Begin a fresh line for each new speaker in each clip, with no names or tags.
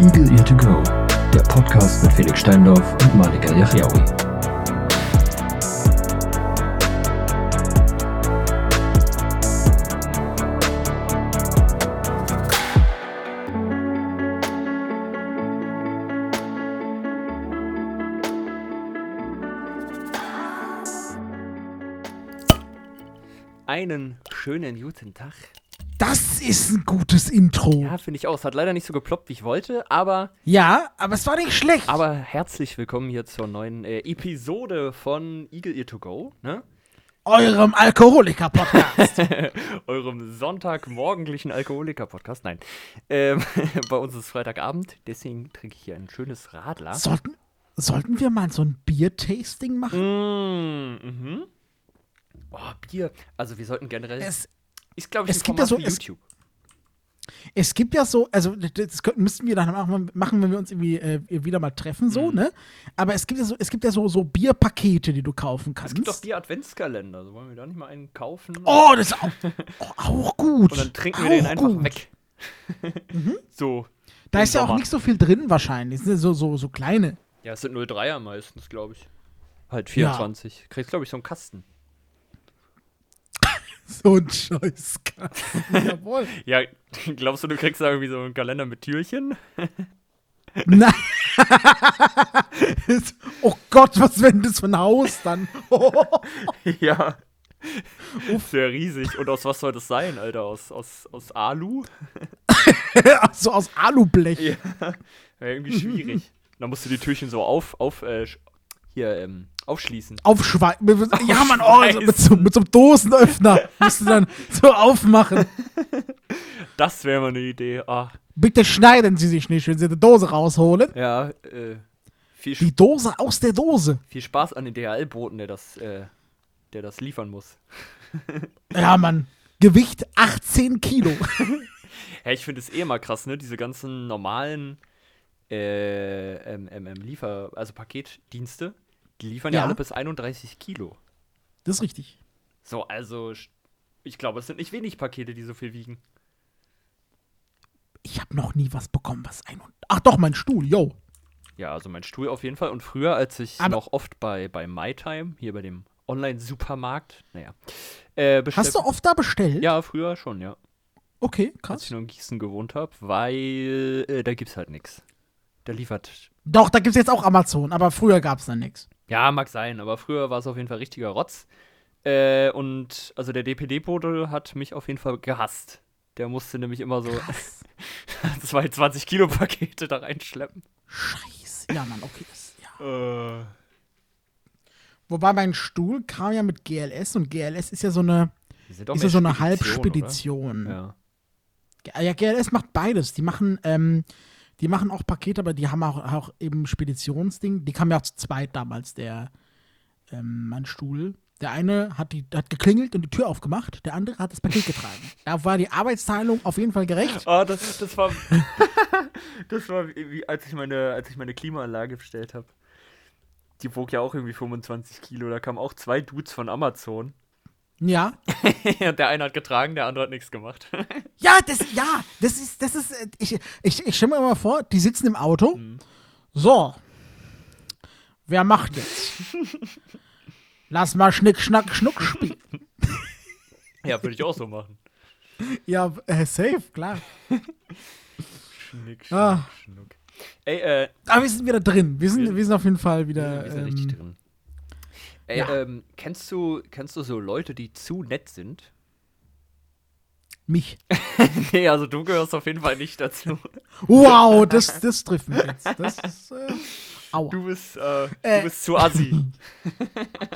Eagle Ear to Go, der Podcast mit Felix Steindorf und Malika Yachiaoui.
Einen schönen guten Tag.
Das ist ein gutes Intro.
Ja,
Ja,
finde ich auch. Es hat leider nicht so geploppt, wie ich wollte, aber,
aber es war nicht schlecht.
aber herzlich willkommen hier zur neuen äh, Episode von Eagle Ear to Go, ne?
Eurem Alkoholiker-Podcast.
Eurem sonntagmorgendlichen Alkoholiker-Podcast. Nein. Ähm, bei uns ist Freitagabend, deswegen trinke ich hier ein schönes Radler.
sollten, sollten wir mal so ein Bier-Tasting
Mhm.
machen?
Mm, mhm. Oh, Bier. Also wir sollten generell.
Es,
ist, glaube ich,
es
ein
gibt ja
Format
so-
für
es-
YouTube.
es gibt ja so, also das könnten, müssten wir dann machen, machen, wenn wir uns irgendwie äh, wieder mal treffen,
Mhm.
so, ne? Aber es gibt ja so, es gibt ja so, so Bierpakete, die du kaufen
Es
kannst.
gibt doch Bier-Adventskalender. So wollen wir da nicht mal einen kaufen.
Oh, das ist auch, oh, auch gut.
Und dann trinken
auch
wir den einfach
gut.
weg.
Mhm.
So.
Da
im
ist ja auch
Sommer.
nicht so viel drin wahrscheinlich. Das sind so, so, so kleine.
Ja, es sind 03er meistens, glaube ich. Halt 24. Kriegst, glaube ich, so einen Kasten.
So ein Scheiß. Jawohl.
Ja, glaubst du, du kriegst da irgendwie so einen Kalender mit Türchen?
Nein. oh Gott, was wenn das für ein Haus dann? Oh,
ja. Uff. Sehr riesig. Und aus was soll das sein, Alter? Aus, aus, aus Alu?
so aus Alublech.
Ja. Wär irgendwie schwierig. da musst du die Türchen so auf, auf, äh, sch- hier, ähm, aufschließen.
Aufschweißen. Ja, man, oh, so, mit, so, mit so einem Dosenöffner musst du dann so aufmachen.
Das wäre mal eine Idee. Ah,
Bitte schneiden Sie sich nicht, wenn Sie die Dose rausholen.
ja, äh, viel, Sch-
Die Dose aus der Dose.
viel Spaß an den DHL-Boten, der das, äh, der das liefern muss.
Ja, Mann. Gewicht 18 Kilo.
Hey, ich finde es eh immer krass, ne? Diese ganzen normalen äh, ähm, ähm, ähm, Liefer-, also Paketdienste, die liefern ja.
Ja.
alle bis 31 Kilo.
Das ist richtig.
So, also sch- ich glaube, es sind nicht wenig Pakete, die so viel wiegen.
Ich habe noch nie was bekommen, was ein und. Ach doch, mein Stuhl, yo.
Ja, also mein Stuhl auf jeden Fall. Und früher, als ich
Aber-
noch oft bei, bei MyTime, hier bei dem Online-Supermarkt, naja, äh,
Hast du oft da bestellt?
Ja, früher schon, ja.
Okay,
Als ich
krass.
noch in Gießen gewohnt habe, weil äh, da gibt's halt nichts. Da liefert
Doch, da gibt's jetzt auch Amazon, aber früher gab's da nichts.
Ja, mag sein, aber früher war es auf jeden Fall richtiger Rotz. Äh, und also der DPD-Bote hat mich auf jeden Fall gehasst. Der musste nämlich immer so 22 Kilo Pakete da reinschleppen.
Scheiße. Ja, Mann, okay. Das, ja.
Äh.
Wobei mein Stuhl kam ja mit GLS und GLS ist ja so eine,
Sind doch
ist
mehr
ja so eine
Speditionen,
Halbspedition.
oder?
Ja.
Ja.
ja, GLS macht beides. Die machen, ähm, die machen auch Pakete, aber die haben auch, auch eben Speditionsding. Die kamen ja auch zu zweit damals, der ähm, mein Stuhl. Der eine hat, die, hat geklingelt und die Tür aufgemacht, der andere hat das Paket getragen. Da war die Arbeitsteilung auf jeden Fall gerecht.
Ah, das, das war. das war wie, wie als ich meine, als ich meine Klimaanlage bestellt habe. Die wog ja auch irgendwie 25 Kilo. Da kamen auch zwei Dudes von Amazon.
Ja,
der eine hat getragen, der andere hat nichts gemacht.
Ja, das, ja, das ist, das ist, äh, ich, ich, ich stelle mir immer vor, die sitzen im Auto.
Mhm.
So. Wer macht jetzt? Lass mal Schnick, Schnack, Schnuck spielen.
ja, würde ich auch so machen.
ja, äh, safe, klar.
Schnick, schnuck,
Ah.
schnuck. Ey, äh,
Aber wir sind wieder drin. Wir sind,
Wir-
wir sind auf jeden Fall
ja,
wieder.
wir sind richtig
Ähm,
drin. Ey,
ja.
ähm, kennst du, kennst du so Leute, die zu nett sind?
mich.
nee, also du gehörst auf jeden Fall nicht dazu.
Wow, das, das trifft mich jetzt. Das ist, äh, aua.
Du bist, äh,
Äh.
du bist zu assi.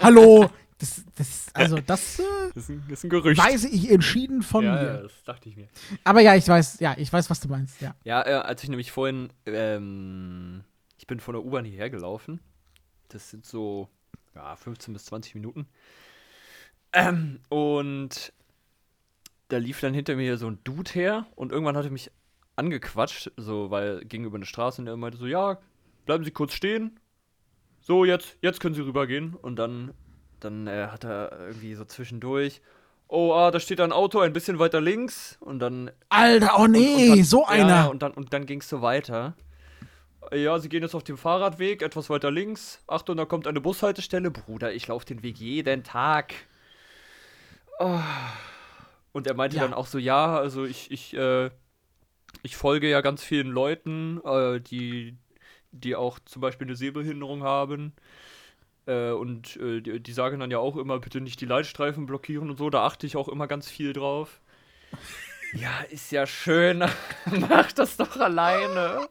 Hallo. Das, das, also, das äh,
Das ist ein, das ist ein Gerücht.
weise ich entschieden von
ja, ja,
mir.
das dachte ich mir.
Aber ja, ich weiß, ja, ich weiß, was du meinst. Ja.
Ja, äh, als ich nämlich vorhin, ähm, ich bin von der U-Bahn hierher gelaufen. Das sind so, ja, 15 bis 20 Minuten. Ähm, und da lief dann hinter mir so ein Dude her und irgendwann hatte mich angequatscht, so, weil gegenüber eine Straße und er meinte so, ja, bleiben Sie kurz stehen. So, jetzt, jetzt können Sie rübergehen. Und dann, dann äh, hat er irgendwie so zwischendurch, oh, ah, da steht ein Auto ein bisschen weiter links. Und dann
Alter, oh nee,
und dann,
so
ja,
einer.
und dann, und dann ging es so weiter. ja, sie gehen jetzt auf dem Fahrradweg, etwas weiter links. Achtung, da kommt eine Bushaltestelle. Bruder, ich laufe den Weg jeden Tag. Oh. Und er meinte
Ja.
dann auch so, ja, also ich, ich, äh, ich folge ja ganz vielen Leuten, äh, die, die auch zum Beispiel eine Sehbehinderung haben. Äh, und äh, die, die sagen dann ja auch immer, bitte nicht die Leitstreifen blockieren und so. Da achte ich auch immer ganz viel drauf. Ja, ist ja schön. Mach das doch alleine.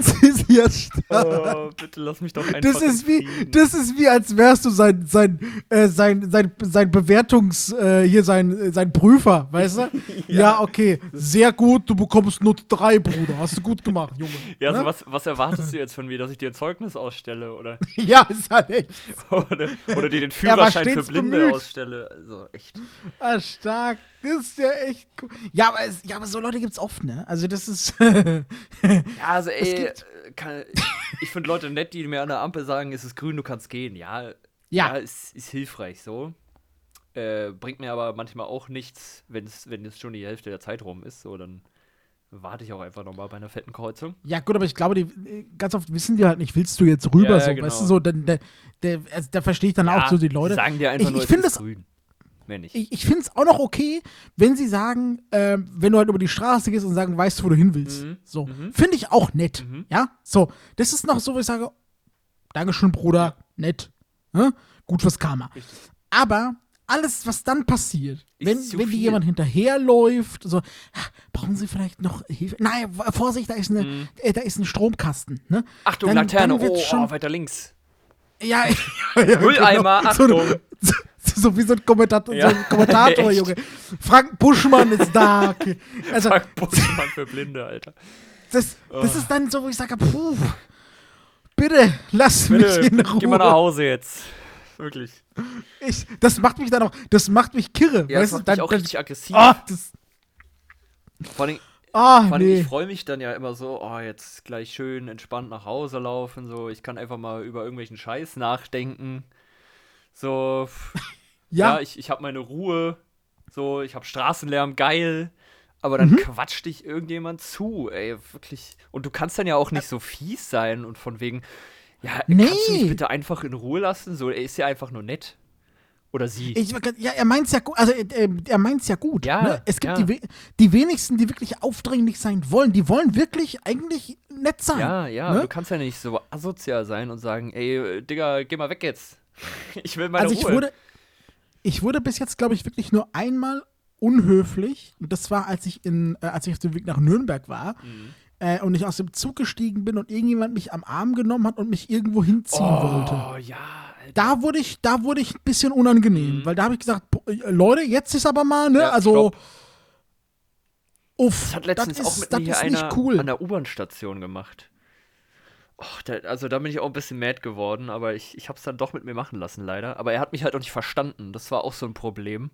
Es ist ja stark.
Oh, bitte lass mich doch einfach.
Das ist,
in
wie,
Frieden.
das ist wie, als wärst du sein, sein, äh, sein, sein, sein Bewertungs-, äh, hier sein, sein Prüfer, weißt du? ja. okay, sehr gut, du bekommst nur drei, Bruder. Hast du gut gemacht, Junge.
Ja, also
ne?
was, was erwartest du jetzt von mir, dass ich dir ein Zeugnis ausstelle oder,
ja ist halt echt
oder, oder dir den
Er war
Führerschein für
stets
Blinde
bemüht.
ausstelle? Also echt.
ah, stark. Das ist ja echt cool.
Ja, aber, es, ja, aber so Leute gibt's oft, ne? Also das ist.
Ja, also ey,
gibt-
äh, kann, ich finde Leute nett, die mir an der Ampel sagen, es ist grün, du kannst gehen. Ja, ja.
Ja.
ist, ist hilfreich so. Äh, bringt mir aber manchmal auch nichts, wenn's, wenn jetzt schon die Hälfte der Zeit rum ist. So, dann warte ich auch einfach nochmal bei einer fetten Kreuzung.
ja, gut, aber ich glaube, die, ganz oft wissen die halt nicht, willst du jetzt
Ja,
rüber?
ja,
so,
genau.
weißt du, so, dann, der, der, also, da verstehe ich dann auch so die Leute.
Ah, Sagen dir einfach
ich,
nur,
ich finde
es
das
ist grün. Wenn nicht.
ich, ich finde es auch noch okay, wenn sie sagen, ähm, wenn du halt über die Straße gehst und sagen, weißt du, wo du hin willst.
Mhm.
So. Finde ich auch nett. Ja? So. Das ist noch so, wo ich sage, Dankeschön, Bruder, nett. Ne? Gut fürs Karma. Aber alles, was dann passiert,
Ist
wenn,
zu
wenn dir
viel.
jemand hinterherläuft, so, "Ah, brauchen sie vielleicht noch Hilfe? Nein, w- Vorsicht, da ist, eine, äh, da ist ein Stromkasten. Ne?
Achtung,
Dann-
Mhm. Laterne,
dann wird's
oh,
schon-
oh, weiter links.
Ja, ja, ja
Mülleimer,
So,
Achtung.
so, so wie so ein Kommentator,
Ja.
so ein Kommentator
Echt.
Junge. Frank Buschmann ist da. Okay. Also,
Fuck, Buschmann für Blinde, Alter.
das, das ist dann so, wo ich sage, puh, bitte, lass mich in Ruhe.
geh mal nach Hause jetzt. Wirklich.
Ich, das macht mich dann auch, das macht mich kirre.
Ja,
weißt
das
du,
macht
dann,
mich auch
dann,
richtig aggressiv.
Ah, das,
Vor allem,
ah,
vor allem
nee.
ich freue mich dann ja immer so, oh, jetzt gleich schön entspannt nach Hause laufen, so, ich kann einfach mal über irgendwelchen Scheiß nachdenken. So, pff, ja,
Ja,
ich, ich habe meine Ruhe, so, ich habe Straßenlärm, geil. Aber
Mhm.
dann quatscht dich irgendjemand zu, ey, wirklich. Und du kannst dann ja auch nicht so fies sein und von wegen, ja, kannst du mich
Nee.
bitte einfach in Ruhe lassen? So, er ist ja einfach nur nett. Oder sie.
ich, ja, er meint's ja gut. Also äh, äh, er meint's ja gut.
Ja,
ne? Es gibt
ja.
die, we- die wenigsten, die wirklich aufdringlich sein wollen. Die wollen wirklich eigentlich nett sein.
ja, ja,
ne?
du kannst ja nicht so asozial sein und sagen, ey, äh, Digga, geh mal weg jetzt. Ich will meine
also ich
Ruhe.
wurde, ich wurde bis jetzt, glaube ich, wirklich nur einmal unhöflich. Und das war, als ich in, äh, als ich auf dem Weg nach Nürnberg war
Mhm.
äh, und ich aus dem Zug gestiegen bin und irgendjemand mich am Arm genommen hat und mich irgendwo hinziehen wollte.
Oh ja, Alter.
Da wurde ich, da wurde ich ein bisschen unangenehm, weil da habe ich gesagt, bo- äh, Leute, jetzt ist aber mal, ne?
Mhm. Ja,
also,
stopp.
uff,
das hat letztens
das
auch
ist,
mit
das
mir
ist
hier
nicht
einer an
cool.
der U-Bahn-Station gemacht. Och, da, also da bin ich auch ein bisschen mad geworden, aber ich, ich hab's dann doch mit mir machen lassen, leider. Aber er hat mich halt auch nicht verstanden. Das war auch so ein Problem.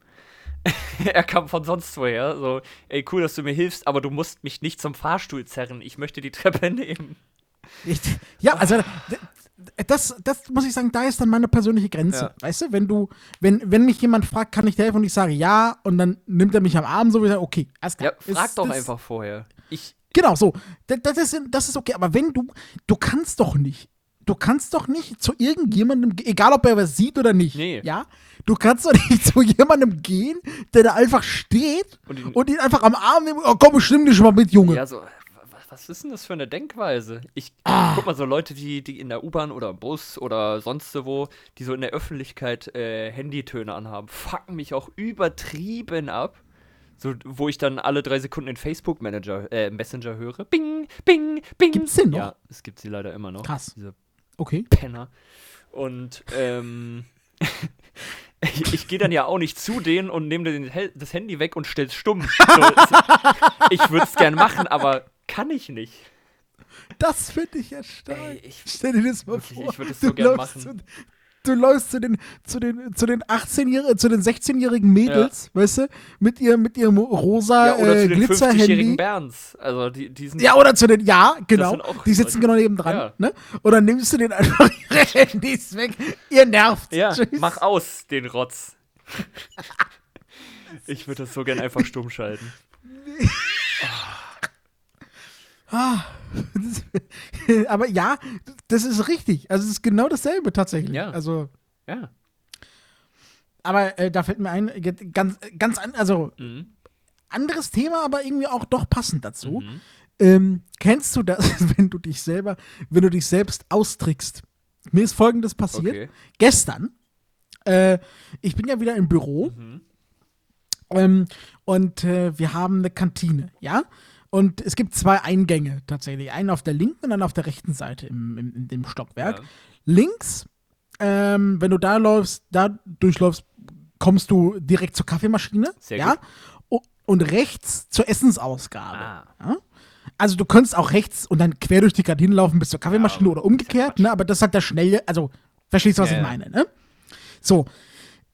er kam von sonst woher. So, ey, cool, dass du mir hilfst, aber du musst mich nicht zum Fahrstuhl zerren. Ich möchte die Treppe nehmen.
Ich, ja, also d- d- das, das muss ich sagen, da ist dann meine persönliche Grenze. Weißt du, wenn du, wenn, wenn mich jemand fragt, kann ich dir helfen und ich sage ja und dann nimmt er mich am Arm so wie sagt, okay, alles
Ja,
klar.
frag
Ist-
doch
das,
einfach vorher. Ich,
Genau, so. Das, das, ist, das ist okay, aber wenn du, du kannst doch nicht. Du kannst doch nicht zu irgendjemandem, ge- egal ob er was sieht oder nicht,
Nee.
ja, du kannst doch nicht zu jemandem gehen, der da einfach steht
Und
und
ihn-
ihn, einfach am Arm nimmt, oh komm, ich stimme dich schon mal mit, Junge.
Ja, so, was, was ist denn das für eine Denkweise? Ich
Ah.
guck mal, so Leute, die, die in der U-Bahn oder im Bus oder sonst wo, die so in der Öffentlichkeit äh, Handytöne anhaben, fucken mich auch übertrieben ab. So, wo ich dann alle drei Sekunden den Facebook-Manager, äh, Messenger höre. Bing, bing, bing.
Gibt's den noch?
Ja, es gibt sie leider immer noch.
Krass.
Diese
Okay.
Penner. Und ähm, ich, ich gehe dann ja auch nicht zu denen und nehme den Hel- das Handy weg und stell's stumm. So, es- ich würde es gern machen, aber kann ich nicht.
Das finde ich ja stark.
Ey, ich-
Stell dir das mal
wirklich,
vor.
ich würd das
du
so gern
läufst
machen.
Zu, du läufst zu den, zu den, zu den 18-jährigen, zu den 16-jährigen Mädels, weißt du, mit ihrem, mit ihrem rosa
Ja, oder
äh,
zu den 50-jährigen
Glitzerhandy.
Berns. Also die, die sind
Ja, oder zu den, ja, genau.
sind auch
Die sitzen
Leute.
genau neben dran.
Ja.
Ne? Und dann nimmst du den einfach ihre Handys weg. Ihr nervt.
Ja,
oh, Tschüss.
mach aus, den Rotz. ich würde das so gern einfach stumm schalten.
Ah, das- aber ja, das ist richtig. Also es ist genau dasselbe tatsächlich.
Ja.
Also,
Ja.
aber äh, da fällt mir ein, äh, ganz, ganz an, also
Mhm.
anderes Thema, aber irgendwie auch doch passend dazu.
Mhm.
Ähm, kennst du das, wenn du dich selber, wenn du dich selbst austrickst? Mir ist folgendes passiert.
Okay.
Gestern, äh, ich bin ja wieder im
Mhm.
Büro ähm, und äh, wir haben eine Kantine, ja? Und es gibt zwei Eingänge tatsächlich. Einen auf der linken und einen auf der rechten Seite im, im, in dem Stockwerk.
Ja.
Links, ähm, wenn du da läufst, da durchläufst, kommst du direkt zur Kaffeemaschine.
Sehr
ja?
gut.
O- Und rechts zur Essensausgabe.
Ah.
Ja? Also du könntest auch rechts und dann quer durch die Kantine laufen bis zur Kaffeemaschine
Ja, aber
oder umgekehrt, ne? aber das ist halt der schnelle, also verstehst du, was
Ja,
ich
ja.
meine, ne? So.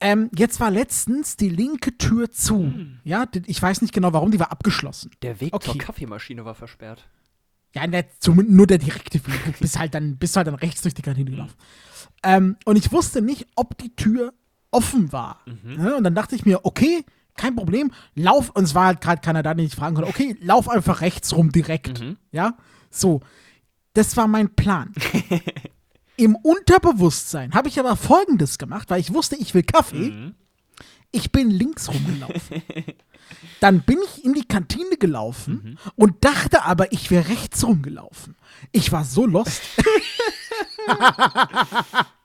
Ähm, jetzt war letztens die linke Tür zu.
Hm.
Ja, die- ich weiß nicht genau warum, die war abgeschlossen.
Der Weg
Okay.
zur Kaffeemaschine war versperrt.
Ja, ne, zumindest nur der direkte Weg. Du bist halt dann, bist halt dann rechts durch die Kantine gelaufen. Ähm, und ich wusste nicht, ob die Tür offen war. Ne? Und dann dachte ich mir, okay, kein Problem, lauf. Und es war halt gerade keiner da, den ich fragen konnte. Okay, lauf einfach rechts rum direkt. Ja, so. Das war mein Plan. Im Unterbewusstsein habe ich aber Folgendes gemacht, weil ich wusste, ich will Kaffee. Ich bin links rumgelaufen. Dann bin ich in die Kantine gelaufen
Mhm.
und dachte aber, ich wäre rechts rumgelaufen. Ich war so lost.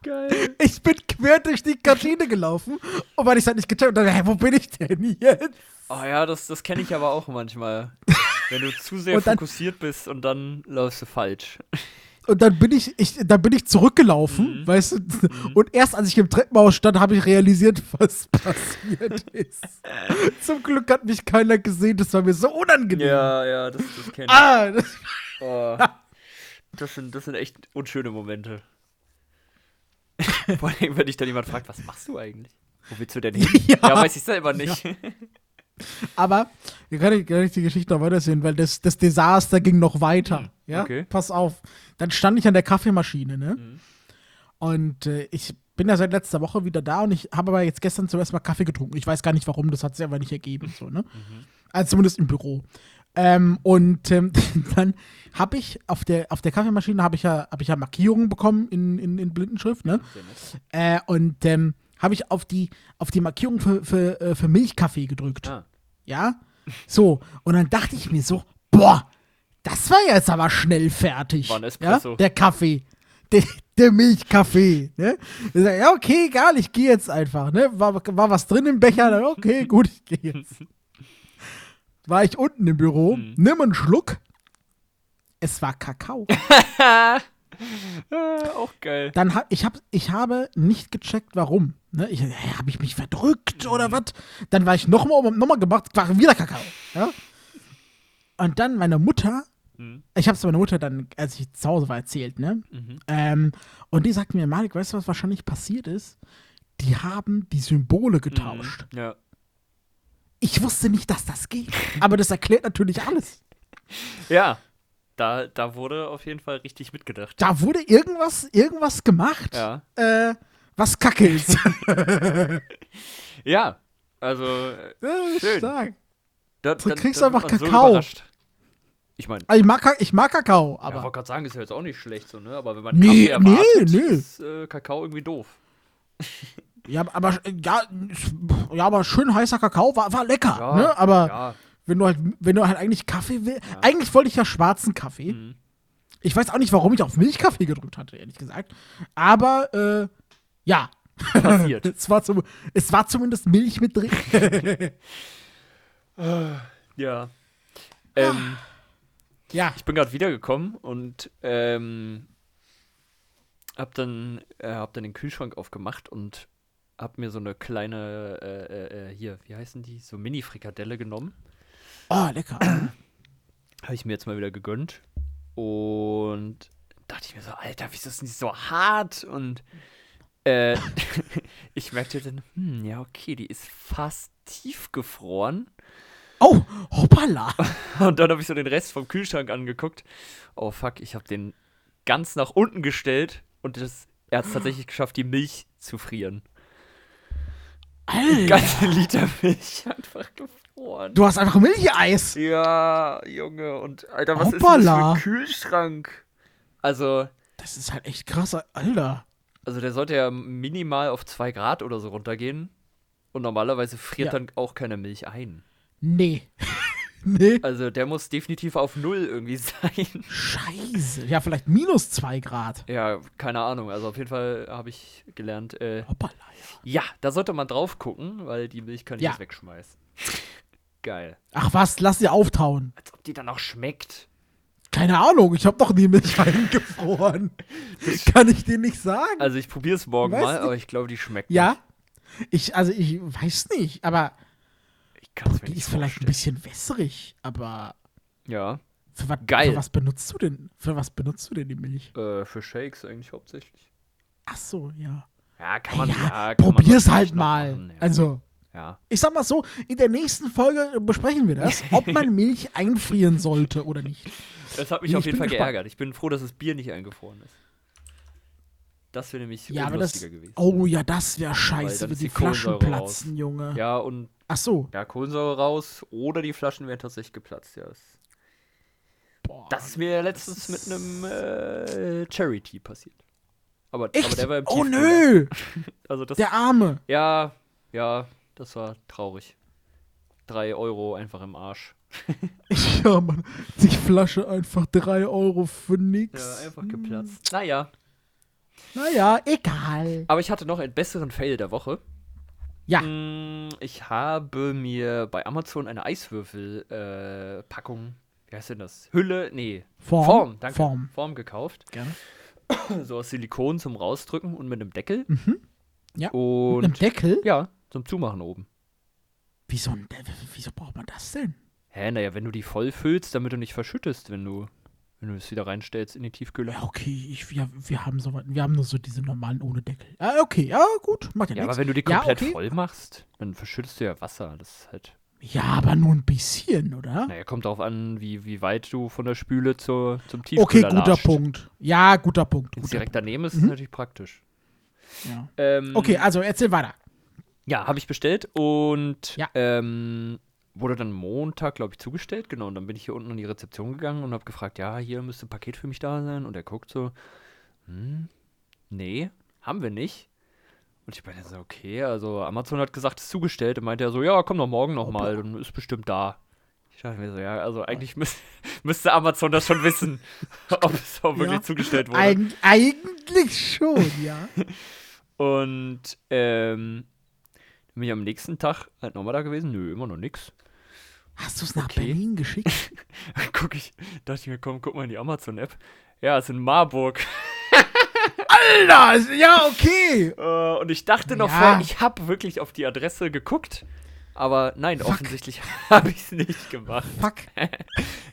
Geil.
Ich bin quer durch die Kantine gelaufen, und weil ich es halt nicht gecheckt habe. Hä, wo bin ich denn jetzt?
Oh ja, das, das kenne ich aber auch manchmal. Wenn du zu sehr
Und dann-
fokussiert bist und dann läufst du falsch.
Und dann bin ich, ich dann bin ich
Mhm.
zurückgelaufen, weißt du? Und erst als ich im Treppenhaus stand, habe ich realisiert, was passiert ist. Zum Glück hat mich keiner gesehen, das war mir so unangenehm.
Ja, ja, das, das kenne ich.
Ah, das,
Oh. Das, sind, das sind echt unschöne Momente. Vor allem, wenn dich dann jemand fragt, was machst du eigentlich? Wo willst du denn hin?
Ja.
ja weiß ich selber nicht.
aber wir können gar nicht die Geschichte noch weitersehen, weil das, das Desaster ging noch weiter. Ja,
Mhm. okay. Mhm.
pass auf. Dann stand ich an der Kaffeemaschine, ne? Und äh, ich bin ja seit letzter Woche wieder da und ich habe aber jetzt gestern zum ersten Mal Kaffee getrunken. Ich weiß gar nicht warum, das hat sich aber nicht ergeben, so, ne?
Mhm.
Also zumindest im Büro. Ähm, und ähm, dann habe ich auf der, auf der Kaffeemaschine habe ich ja, habe ich ja Markierungen bekommen in, in, in Blindenschrift, ne? Äh, und ähm, habe ich auf die, auf die Markierung für, für, äh, für Milchkaffee gedrückt.
Ah.
Ja? So, und dann dachte ich mir so, boah, das war jetzt aber schnell fertig.
War ein Espresso.
Ja? Der Kaffee. Der, der Milchkaffee. Ne? Ich sag, ja, okay, egal, ich gehe jetzt einfach. Ne? War, war was drin im Becher? Dann, okay, gut, ich gehe jetzt. War ich unten im Büro,
Mhm.
nimm einen Schluck. Es war Kakao.
Äh, auch geil.
Dann hab, ich, hab, ich habe nicht gecheckt, warum. Ne? Ich, hä, habe ich mich verdrückt
Mhm.
oder was? Dann war ich nochmal noch mal gemacht, war wieder Kakao. Ja? Und dann meine Mutter,
Mhm.
ich habe es meiner Mutter dann, als ich zu Hause war, erzählt, ne? Ähm, und die sagt mir, Malik, weißt du, was wahrscheinlich passiert ist? Die haben die Symbole getauscht.
Mhm. Ja.
Ich wusste nicht, dass das geht. Aber das erklärt natürlich alles.
Ja. Da, da wurde auf jeden Fall richtig mitgedacht.
Da wurde irgendwas, irgendwas gemacht,
Ja.
äh, was kacke ist.
Ja. Also, äh, Schön.
Stark.
da,
Du
dann-
kriegst
dann wird
einfach
man so
Kakao.
überrascht. ich meine,
Also ich, mag, Ka- ich mag Kakao,
aber ja,
aber
wollte gerade sagen, ist ja jetzt auch nicht schlecht so, ne? Aber wenn man Kaffee
Nee,
erwartet,
nee, nee.
ist äh, Kakao irgendwie doof.
Ja, aber ja, ja, aber schön heißer Kakao war, war lecker.
Ja,
ne? Aber
ja.
wenn du halt, wenn du halt eigentlich Kaffee willst, eigentlich wollte ich ja schwarzen Kaffee.
Mhm.
Ich weiß auch nicht, warum ich auf Milchkaffee gedrückt hatte, ehrlich gesagt. Aber äh, ja,
passiert.
es war, zum, es war zumindest Milch mit drin.
ja. Ähm,
ja,
ich bin gerade wiedergekommen und ähm, hab dann äh, hab dann den Kühlschrank aufgemacht und hab mir so eine kleine äh, äh, äh, hier, wie heißen die, so Mini Frikadelle genommen.
oh lecker.
Habe ich mir jetzt mal wieder gegönnt. Und dachte ich mir so, Alter, wieso ist denn die so hart? Und äh, ich merkte dann, hm, ja, okay, die ist fast tiefgefroren.
Oh, hoppala.
Und dann habe ich so den Rest vom Kühlschrank angeguckt. Oh fuck, ich habe den ganz nach unten gestellt und das, er hat es tatsächlich geschafft, die Milch zu frieren.
Alter,
Ganze Liter Milch einfach gefroren.
du hast einfach Milcheis.
Ja, Junge. Und Alter, was
Hoppala.
ist denn das für ein Kühlschrank? Also,
Das ist halt echt krass, Alter.
also der sollte ja minimal auf 2 Grad oder so runtergehen. Und normalerweise friert
Ja.
dann auch keine Milch ein.
Nee. nee.
Also der muss definitiv auf Null irgendwie sein.
Scheiße. Ja, vielleicht minus 2 Grad.
Ja, keine Ahnung. Also auf jeden Fall habe ich gelernt, äh,
Hoppala.
ja, da sollte man drauf gucken, weil die Milch kann ich
Ja.
jetzt wegschmeißen. Geil.
Ach was, lass sie auftauen.
Als ob die dann auch schmeckt.
Keine Ahnung, ich hab doch nie Milch eingefroren. Kann ich dir nicht sagen.
Also ich probiere es morgen
Weiß
mal,
nicht.
aber ich glaube, die schmeckt
Ja. Ich, also ich weiß nicht, aber
nicht. Ich kann's mir
die
nicht
ist vielleicht ein
vorstellen.
bisschen wässrig, aber
Ja,
für was,
Geil.
für was benutzt du denn? Für was benutzt du denn die Milch?
äh, für Shakes eigentlich hauptsächlich.
Ach so, ja.
Ja, kann man.
ja,
Ja, kann man
probier's
natürlich
halt
noch
mal.
machen, ja.
Also,
ja.
ich sag mal so, in der nächsten Folge besprechen wir das, ob man Milch einfrieren sollte oder nicht.
Das hat mich
Ich
auf jeden
bin
Fall
gespannt.
geärgert. Ich bin froh, dass das Bier nicht eingefroren ist. Das wäre nämlich
Ja, aber das.
lustiger gewesen.
Oh ja, das wäre
Weil dann
scheiße, wenn
ist
die
die Kohlensäure
Flaschen platzen, Junge.
Ja, und
Ach so.
ja, Kohlensäure raus oder die Flaschen wären tatsächlich geplatzt. Ja, das,
Boah.
das ist mir letztens mit einem äh, Cherry Tea passiert. Aber, aber
Echt?
der war im
Oh
Tiefkühler.
nö,
Also das,
der Arme.
ja, ja, das war traurig. Drei Euro einfach im Arsch.
Ja, Mann. Die Flasche einfach 3 Euro für nix.
Ja, einfach geplatzt. Naja,
Naja, egal.
aber ich hatte noch einen besseren Fail der Woche.
Ja.
Mm, Ich habe mir bei Amazon eine Eiswürfelpackung, äh, Packung- wie heißt denn das? Hülle, nee,
Form.
Form, danke,
Form.
Form gekauft.
Gerne.
So aus Silikon zum Rausdrücken und mit einem Deckel.
Mhm. Ja, Mit einem
Und
Deckel?
ja, zum Zumachen oben.
Wieso, ein Deckel? wieso braucht man das denn?
Hä, naja, wenn du die voll füllst, damit du nicht verschüttest, wenn du, wenn du es wieder reinstellst in die Tiefkühler.
Ja, okay, ich, wir, wir, haben so, wir haben nur so diese normalen ohne Deckel. Ah, okay, ja, gut, macht ja,
Ja,
nichts.
aber wenn du die komplett
ja, okay.
voll machst, dann verschüttest du ja Wasser. Das ist halt.
Ja, aber nur ein bisschen, oder?
Naja, kommt darauf an, wie, wie weit du von der Spüle zur, zum
okay,
Tiefkühler
guter
lascht.
Punkt. Ja, guter Punkt.
Wenn es
Guter
direkt daneben ist, ist natürlich praktisch.
Punkt ja.
Ähm,
Okay, also erzähl weiter.
Ja, habe ich bestellt und
Ja.
ähm, wurde dann Montag, glaube ich, zugestellt. Genau, und dann bin ich hier unten an die Rezeption gegangen und habe gefragt, ja, hier müsste ein Paket für mich da sein. Und er guckt so, hm, nee, haben wir nicht. Und ich meinte so, okay, also Amazon hat gesagt, ist zugestellt. Und meinte er so, ja, komm doch morgen nochmal, dann ist bestimmt da. Ich dachte mir so, ja, also eigentlich müß, müsste Amazon das schon wissen, ob es auch wirklich
Ja.
zugestellt wurde.
Eig eigentlich schon, ja.
Und ähm, dann bin ich am nächsten Tag halt nochmal da gewesen. Nö, immer noch nix.
Hast du es nach
Okay.
Berlin geschickt?
Dann guck ich, dachte ich mir, komm, guck mal in die Amazon-App. Ja, ist in Marburg.
Alter, ist- ja, okay.
Äh, und ich dachte noch
Ja.
vorher, ich habe wirklich auf die Adresse geguckt. Aber nein, offensichtlich habe ich es nicht gemacht.
Fuck.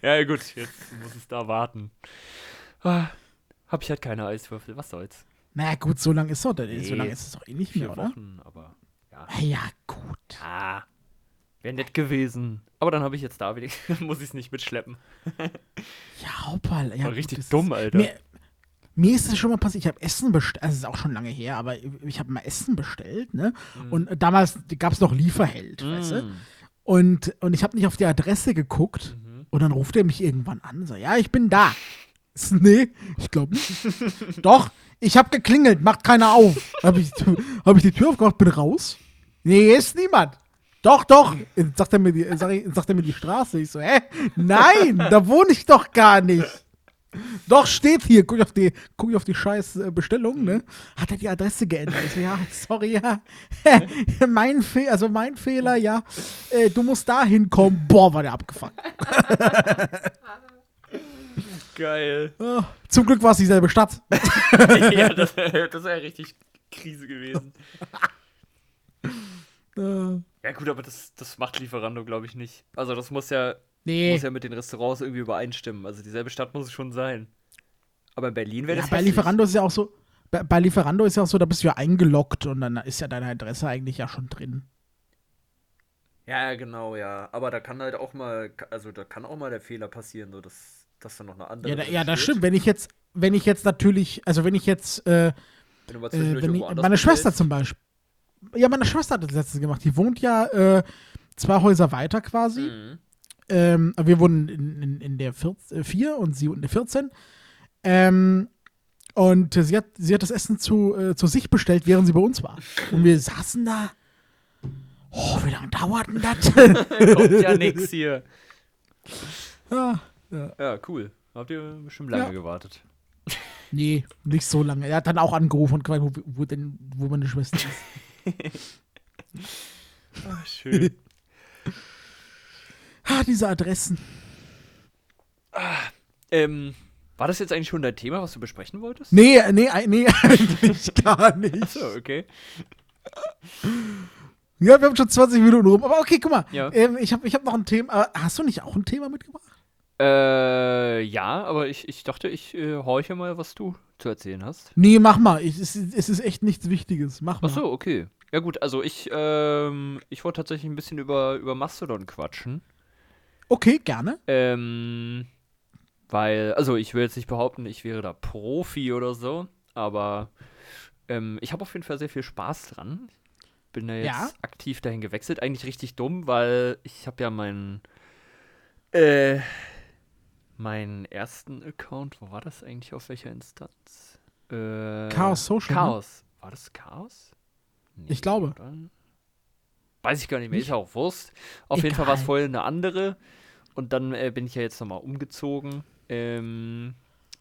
Ja, gut, jetzt muss es da warten. Ah, hab ich halt keine Eiswürfel, was soll's.
Na gut, so lange ist doch, nee. so
Nee.
lange ist es doch eh nicht
Vier
mehr, oder?
Wochen, aber ja.
Ah, Ja, gut.
Ah, wäre nett gewesen. Aber dann habe ich jetzt da wieder, muss ich es nicht mitschleppen.
Ja, hoppal. Ja,
War
gut,
richtig
das-
dumm, Alter.
Mir, mir ist es schon mal passiert, ich habe Essen bestellt, also es ist auch schon lange her, aber ich habe mal Essen bestellt, ne? Und äh, damals gab es noch Lieferheld, weißt du? Und, und ich habe nicht auf die Adresse geguckt und dann ruft er mich irgendwann an, so, ja, ich bin da. Ich so, Nee, ich glaube nicht. Doch, ich habe geklingelt, macht keiner auf. Habe ich, hab ich die Tür aufgemacht, bin raus. Nee, hier ist niemand. Doch, doch, Jetzt sagt er mir die, sag ich, sagt er mir die Straße. Ich so, hä? Nein, da wohne ich doch gar nicht. Doch, steht hier. Guck ich auf die, guck ich auf die scheiß äh, Bestellung, ne? Hat er die Adresse geändert? Ich so, ja, sorry, ja. mein Fehler, also mein Fehler, ja. Äh, du musst da hinkommen. Boah, war der abgefuckt.
Geil.
Ah, Zum Glück war es dieselbe Stadt.
ja, das, das wäre richtig Krise gewesen.
Äh,
Ja, gut, aber das, das macht Lieferando, glaube ich, nicht. Also, das muss ja,
nee.
muss ja mit den Restaurants irgendwie übereinstimmen. Also, dieselbe Stadt muss es schon sein. Aber in Berlin wäre
Ja,
das.
bei
hässlich.
Lieferando ist ja auch so, bei, bei Lieferando ist ja auch so, da bist du ja eingeloggt und dann ist ja deine Adresse eigentlich ja schon drin.
Ja, ja, genau, ja. Aber da kann halt auch mal, also, da kann auch mal der Fehler passieren, so dass, dass dann noch eine andere.
Ja, da,
drin
ja, das
steht.
stimmt. Wenn ich jetzt, wenn ich jetzt natürlich, also wenn ich jetzt, äh,
Wenn du mal
äh,
zwischendurch
wenn ich,
irgendwo anders
meine Schwester
bestellst.
zum Beispiel. Ja, meine Schwester hat das letztes gemacht. Die wohnt ja äh, zwei Häuser weiter quasi.
Mhm.
Ähm, wir wohnen in, in, in der 4 und sie in der 14. Ähm, und äh, sie hat, sie hat das Essen zu, äh, zu sich bestellt, während sie bei uns war. Und wir saßen da. Oh, wie lange dauert denn das?
Kommt ja nix hier.
ja,
Ja, cool. Habt ihr bestimmt lange
Ja.
gewartet.
nee, nicht so lange. Er hat dann auch angerufen und gefragt, wo, wo, denn, wo meine Schwester ist.
schön.
Ah, diese Adressen.
ähm, war das jetzt eigentlich schon dein Thema, was du besprechen wolltest?
Nee, äh, nee, äh, nee, eigentlich gar nicht.
So, okay.
Ja, wir haben schon 20 Minuten rum. Aber okay, guck mal.
Ja.
Ähm, ich habe ich hab noch ein Thema. Äh, Hast du nicht auch ein Thema mitgebracht?
Äh, ja, aber ich, ich dachte, ich äh, horche mal, was du zu erzählen hast.
Nee, mach mal. Ich, es, ist- es ist echt nichts Wichtiges. Mach mal.
Ach so, okay. Ja gut, also ich, ähm, ich wollte tatsächlich ein bisschen über, über Mastodon quatschen.
Okay, gerne.
Ähm, weil, also ich will jetzt nicht behaupten, ich wäre da Profi oder so, aber ähm, ich habe auf jeden Fall sehr viel Spaß dran. Bin da jetzt
Ja.
aktiv dahin gewechselt. Eigentlich richtig dumm, weil ich habe ja meinen äh, meinen ersten Account, wo war das eigentlich, auf welcher Instanz? Äh,
Chaos Social, ne?
Chaos. War das Chaos? Nee,
Ich glaube.
oder? Weiß ich gar nicht mehr, ist ja auch Wurst. Auf jeden
Egal.
Fall war es vorher eine andere. Und dann äh, bin ich ja jetzt nochmal umgezogen ähm,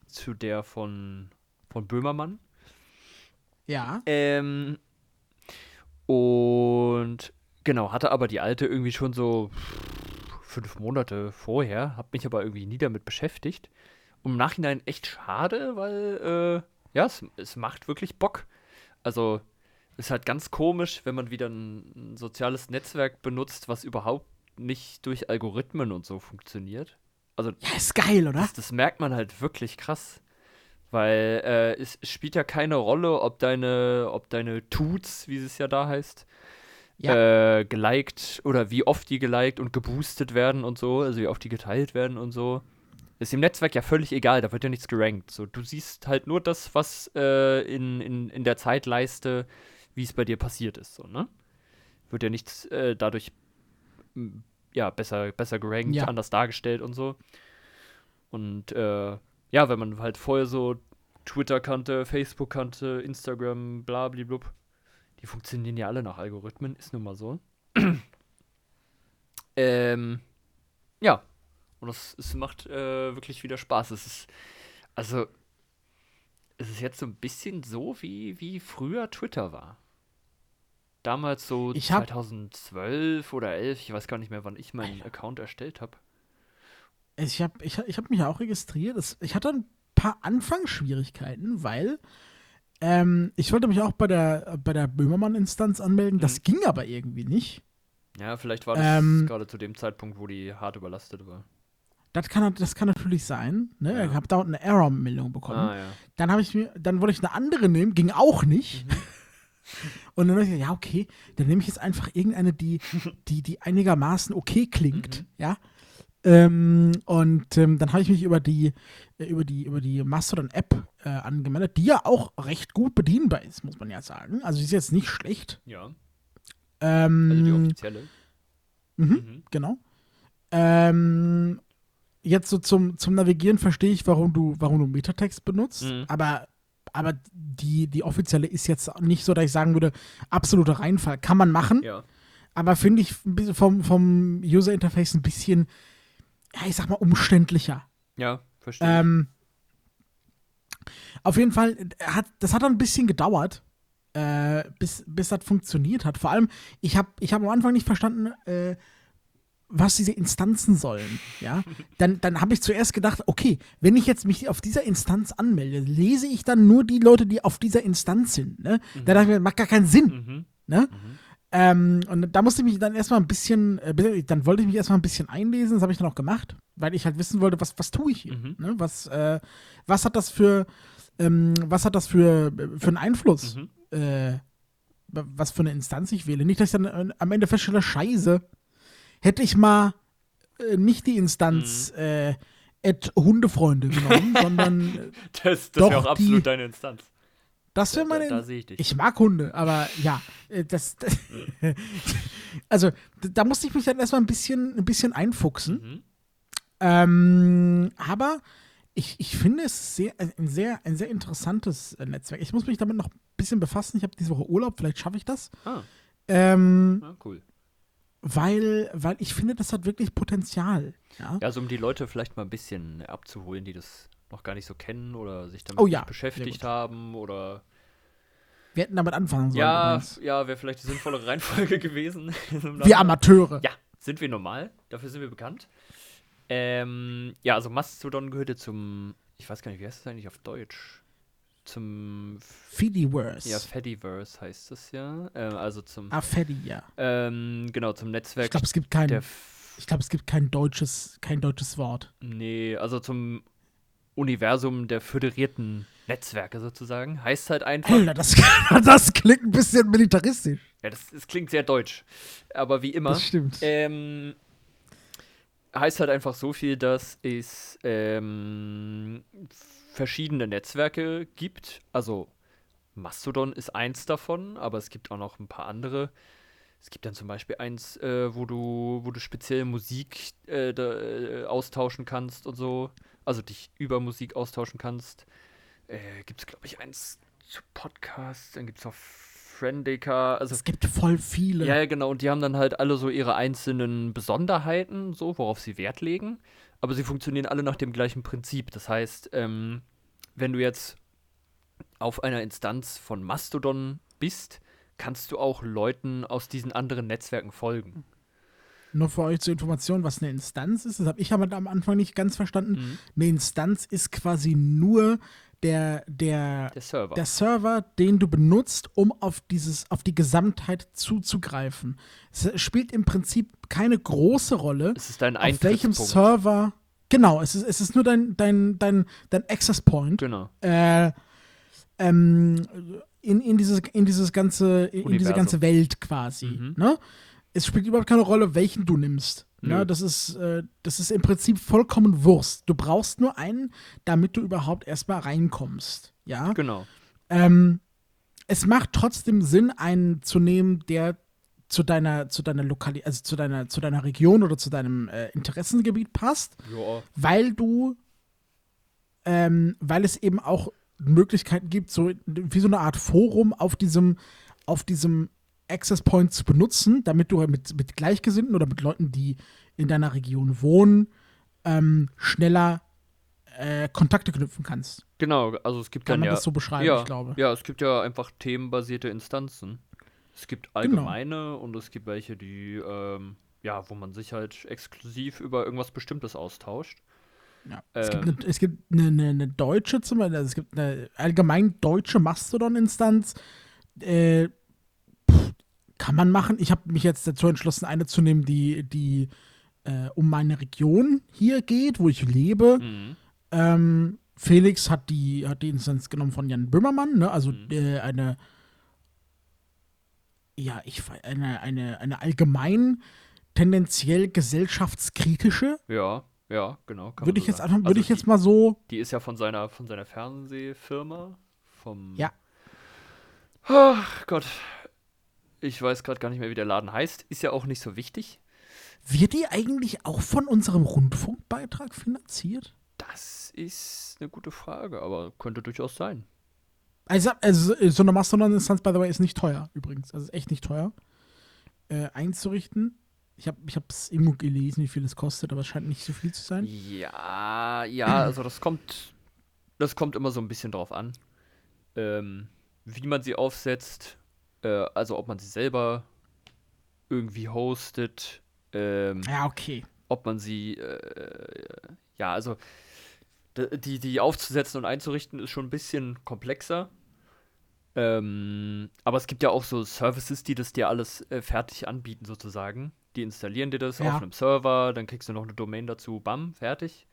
zu der von, von Böhmermann.
Ja.
Ähm, und genau, hatte aber die alte irgendwie schon so fünf Monate vorher, habe mich aber irgendwie nie damit beschäftigt. Und im Nachhinein echt schade, weil äh, ja, es, es macht wirklich Bock. Also ist halt ganz komisch, wenn man wieder ein, ein soziales Netzwerk benutzt, was überhaupt nicht durch Algorithmen und so funktioniert. Also
Ja, ist geil, oder?
das, das merkt man halt wirklich krass. Weil äh, es es spielt ja keine Rolle, ob deine, ob deine Tuts, wie es ja da heißt, äh, geliked oder wie oft die geliked und geboostet werden und so, also wie oft die geteilt werden und so. Ist im Netzwerk ja völlig egal, da wird ja nichts gerankt. So, du siehst halt nur das, was äh, in, in, in der Zeitleiste, wie es bei dir passiert ist, so, ne? Wird ja nichts äh, dadurch m, ja, besser, besser gerankt,
Ja.
anders dargestellt und so. Und äh, ja, wenn man halt vorher so Twitter kannte, Facebook kannte, Instagram, blablablub, die funktionieren ja alle nach Algorithmen, ist nun mal so. ähm, ja, und das, es macht äh, wirklich wieder Spaß. Es ist, also, es ist jetzt so ein bisschen so, wie, wie früher Twitter war. Damals so
Ich hab-
2012 oder 11, ich weiß gar nicht mehr, wann ich meinen Account erstellt habe.
Ich habe ich, hab- ich hab mich ja auch registriert. Es- ich hatte ein paar Anfangsschwierigkeiten, weil ähm, ich wollte mich auch bei der, bei der Böhmermann-Instanz anmelden.
Mhm.
Das ging aber irgendwie nicht.
Ja, vielleicht war das
Ähm,
gerade zu dem Zeitpunkt, wo die hart überlastet war.
Das kann, das kann natürlich sein. Ne?
Ja.
Ich habe da eine Error-Meldung bekommen.
Ah, ja.
Dann habe ich mir, dann wollte ich eine andere nehmen, ging auch nicht.
Mhm.
Und dann habe ich gesagt, ja, okay, dann nehme ich jetzt einfach irgendeine, die, die, die einigermaßen okay klingt,
Mhm.
ja. Ähm, und ähm, dann habe ich mich über die, äh, über die, über die Mastodon-App äh, angemeldet, die ja auch recht gut bedienbar ist, muss man ja sagen. Also die ist jetzt nicht schlecht.
Ja,
Ähm,
also die offizielle.
genau. Ähm, jetzt so zum, zum Navigieren verstehe ich, warum du, warum du Metatext benutzt,
Mhm.
aber, aber die, die offizielle ist jetzt nicht so, dass ich sagen würde, absoluter Reinfall. Kann man machen,
Ja.
aber finde ich ein bisschen vom, vom User-Interface ein bisschen, ja, ich sag mal, umständlicher.
Ja, verstehe.
Ähm, auf jeden Fall, äh, hat, das hat ein bisschen gedauert, äh, bis, bis das funktioniert hat. Vor allem, ich habe ich hab am Anfang nicht verstanden, äh, was diese Instanzen sollen. Ja? Dann, dann habe ich zuerst gedacht, okay, wenn ich jetzt mich auf dieser Instanz anmelde, lese ich dann nur die Leute, die auf dieser Instanz sind. Ne? Da dachte ich mir, macht gar keinen Sinn.
mhm.
Ne? Ähm, und da musste ich mich dann erstmal ein bisschen, äh, be- dann wollte ich mich erstmal ein bisschen einlesen, das habe ich dann auch gemacht, weil ich halt wissen wollte, was, was tue ich hier?
Mhm.
Ne? Was, äh, was hat das für, ähm, was hat das für, äh, für einen Einfluss?
Mhm.
Äh, wa- was für eine Instanz ich wähle. Nicht, dass ich dann äh, am Ende feststelle, scheiße, hätte ich mal äh, nicht die Instanz
Mhm.
äh, at Hundefreunde genommen, sondern äh,
Das, das
Doch,
wäre auch absolut
die-
deine Instanz.
Das wäre meine.
da sehe ich dich.
Ich mag Hunde, aber ja, äh, das. das also, d- da musste ich mich dann erstmal ein bisschen, ein bisschen einfuchsen.
Mhm.
Ähm, aber ich, ich finde es sehr, äh, ein, sehr, ein sehr interessantes äh, Netzwerk. Ich muss mich damit noch ein bisschen befassen. Ich habe diese Woche Urlaub, vielleicht schaffe ich das.
Ah,
Ähm,
ah, cool.
weil, weil ich finde, das hat wirklich Potenzial. Ja?
Ja, also um die Leute vielleicht mal ein bisschen abzuholen, die das noch gar nicht so kennen oder sich damit
Oh
nicht
ja, sehr
beschäftigt
gut.
haben oder
Wir hätten damit anfangen sollen.
ja,
übrigens.
ja, wäre vielleicht die sinnvolle Reihenfolge gewesen. Im
Wir
Nachhinein.
Amateure.
Ja, sind wir normal, dafür sind wir bekannt. Ähm, ja, also Mastodon gehörte zum, ich weiß gar nicht, wie heißt das eigentlich auf Deutsch? Zum,
Fediverse.
ja, Fediverse heißt das ja. Äh, also zum,
Ah, Fedi, ja.
ähm, genau, zum
Ich
Netzwerk
glaube, es gibt kein,
der
ich glaub, es gibt kein deutsches, kein deutsches Wort.
Nee, also zum Universum der föderierten Netzwerke sozusagen. Heißt halt einfach.
Alter, das, das klingt ein bisschen militaristisch.
Ja, das, das klingt sehr deutsch. Aber wie immer.
Das stimmt.
Ähm, heißt halt einfach so viel, dass es ähm, verschiedene Netzwerke gibt. Also Mastodon ist eins davon, aber es gibt auch noch ein paar andere. Es gibt dann zum Beispiel eins, äh, wo du, wo du speziell Musik äh, da, äh, austauschen kannst und so. Also dich über Musik austauschen kannst. Äh, gibt es, glaube ich, eins zu Podcasts, dann gibt es noch Friendica. Also
es gibt voll viele.
ja, ja, genau. Und die haben dann halt alle so ihre einzelnen Besonderheiten, so, worauf sie Wert legen. Aber sie funktionieren alle nach dem gleichen Prinzip. Das heißt, ähm, wenn du jetzt auf einer Instanz von Mastodon bist, kannst du auch Leuten aus diesen anderen Netzwerken folgen.
Nur für euch zur Information, was eine Instanz ist, das habe ich aber am Anfang nicht ganz verstanden.
Mhm.
Eine Instanz ist quasi nur der, der,
Der Server.
der Server, den du benutzt, um auf, dieses, auf die Gesamtheit zuzugreifen. Es spielt im Prinzip keine große Rolle,
es ist dein
auf welchem
Eintrittspunkt.
Server. Genau, es ist, es ist nur dein, dein, dein, dein Access Point.
Genau.
äh, ähm, in, in, dieses, in, dieses ganze, in, in
Universum.
diese
Mhm.
ganze Welt quasi. Ne? Es spielt überhaupt keine Rolle, welchen du nimmst.
Nö.
Ne? Das, ist, äh, das ist im Prinzip vollkommen Wurst. Du brauchst nur einen, damit du überhaupt erstmal reinkommst. Ja.
Genau.
Ähm, es macht trotzdem Sinn, einen zu nehmen, der zu deiner, zu deiner Lokali also zu deiner, zu deiner Region oder zu deinem äh, Interessengebiet passt
Ja.
weil du, ähm, weil es eben auch Möglichkeiten gibt, so wie so eine Art Forum auf diesem, auf diesem Access Point zu benutzen, damit du halt mit, mit Gleichgesinnten oder mit Leuten, die in deiner Region wohnen, ähm, schneller äh, Kontakte knüpfen kannst.
Genau, also es gibt
Kann
dann
man
ja.
das so beschreiben,
ja,
ich glaube.
Ja, es gibt ja einfach themenbasierte Instanzen. Es gibt
Genau.
allgemeine und es gibt welche, die, ähm, ja, wo man sich halt exklusiv über irgendwas Bestimmtes austauscht.
Ja. Es gibt,
Ähm.
eine, es gibt eine, eine, eine deutsche zum Beispiel, also es gibt eine allgemein deutsche Mastodon-Instanz. Äh, pff, kann man machen. Ich habe mich jetzt dazu entschlossen, eine zu nehmen, die, die äh, um meine Region hier geht, wo ich lebe.
Mhm.
Ähm, Felix hat die, hat die Instanz genommen von Jan Böhmermann, ne? also
Mhm.
äh, eine, ja, ich wei- eine, eine, eine allgemein tendenziell gesellschaftskritische,
Ja, ja, genau. kann man
würde
so
ich jetzt
sagen.
einfach, würde
Also
ich jetzt
die,
mal so
Die ist ja von seiner, von seiner Fernsehfirma. Vom.
Ja.
Ach Gott. Ich weiß gerade gar nicht mehr, wie der Laden heißt. Ist ja auch nicht so wichtig.
Wird die eigentlich auch von unserem Rundfunkbeitrag finanziert?
Das ist eine gute Frage, aber könnte durchaus sein.
Also, also so eine Mastodon-Instanz, by the way, ist nicht teuer übrigens. Also ist echt nicht teuer äh, einzurichten. Ich habe es irgendwo gelesen, wie viel es kostet, aber es scheint nicht so viel zu sein.
Ja, ja, also das kommt, das kommt immer so ein bisschen drauf an, ähm, wie man sie aufsetzt, äh, also ob man sie selber irgendwie hostet, ähm,
Ja, okay.
ob man sie, äh, ja, also d- die, die aufzusetzen und einzurichten ist schon ein bisschen komplexer. Ähm, aber es gibt ja auch so Services, die das dir alles äh, fertig anbieten, sozusagen. Die installieren dir das
Ja.
auf einem Server, dann kriegst du noch eine Domain dazu, bam, fertig.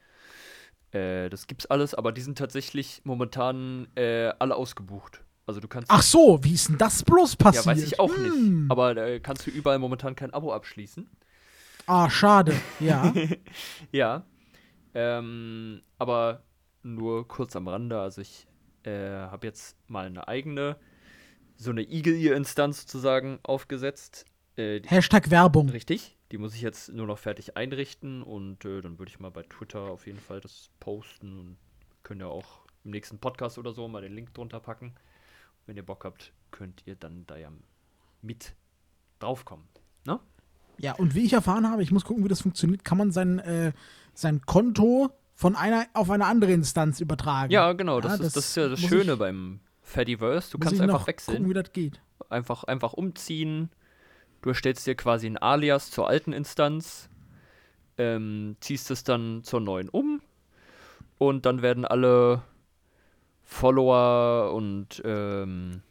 Äh, das gibt's alles, aber die sind tatsächlich momentan äh, alle ausgebucht. Also du kannst.
Ach so, wie ist denn das bloß
ja,
passiert?
weiß ich auch
Hm.
nicht. Aber äh, kannst du überall momentan kein Abo abschließen.
Ah, schade. Ja.
Ja. Ähm, aber nur kurz am Rande. Also ich äh, habe jetzt mal eine eigene, so eine Eagle-Ear-Instanz sozusagen aufgesetzt. Äh, die,
Hashtag Werbung.
richtig, die muss ich jetzt nur noch fertig einrichten und äh, dann würde ich mal bei Twitter auf jeden Fall das posten und können ja auch im nächsten Podcast oder so mal den Link drunter packen. Wenn ihr Bock habt, könnt ihr dann da ja mit draufkommen. Ne?
Ja, und wie ich erfahren habe, ich muss gucken, wie das funktioniert, kann man sein, äh, sein Konto von einer auf eine andere Instanz übertragen.
Ja, genau, das,
Ja,
ist, das ist ja das
Ah, muss
Schöne
ich-
beim Fediverse. Du
Muss
kannst
ich
einfach
noch
wechseln.
gucken, wie das geht.
einfach, einfach umziehen. Du erstellst dir quasi ein Alias zur alten Instanz, ähm, ziehst es dann zur neuen um und dann werden alle Follower und ähm,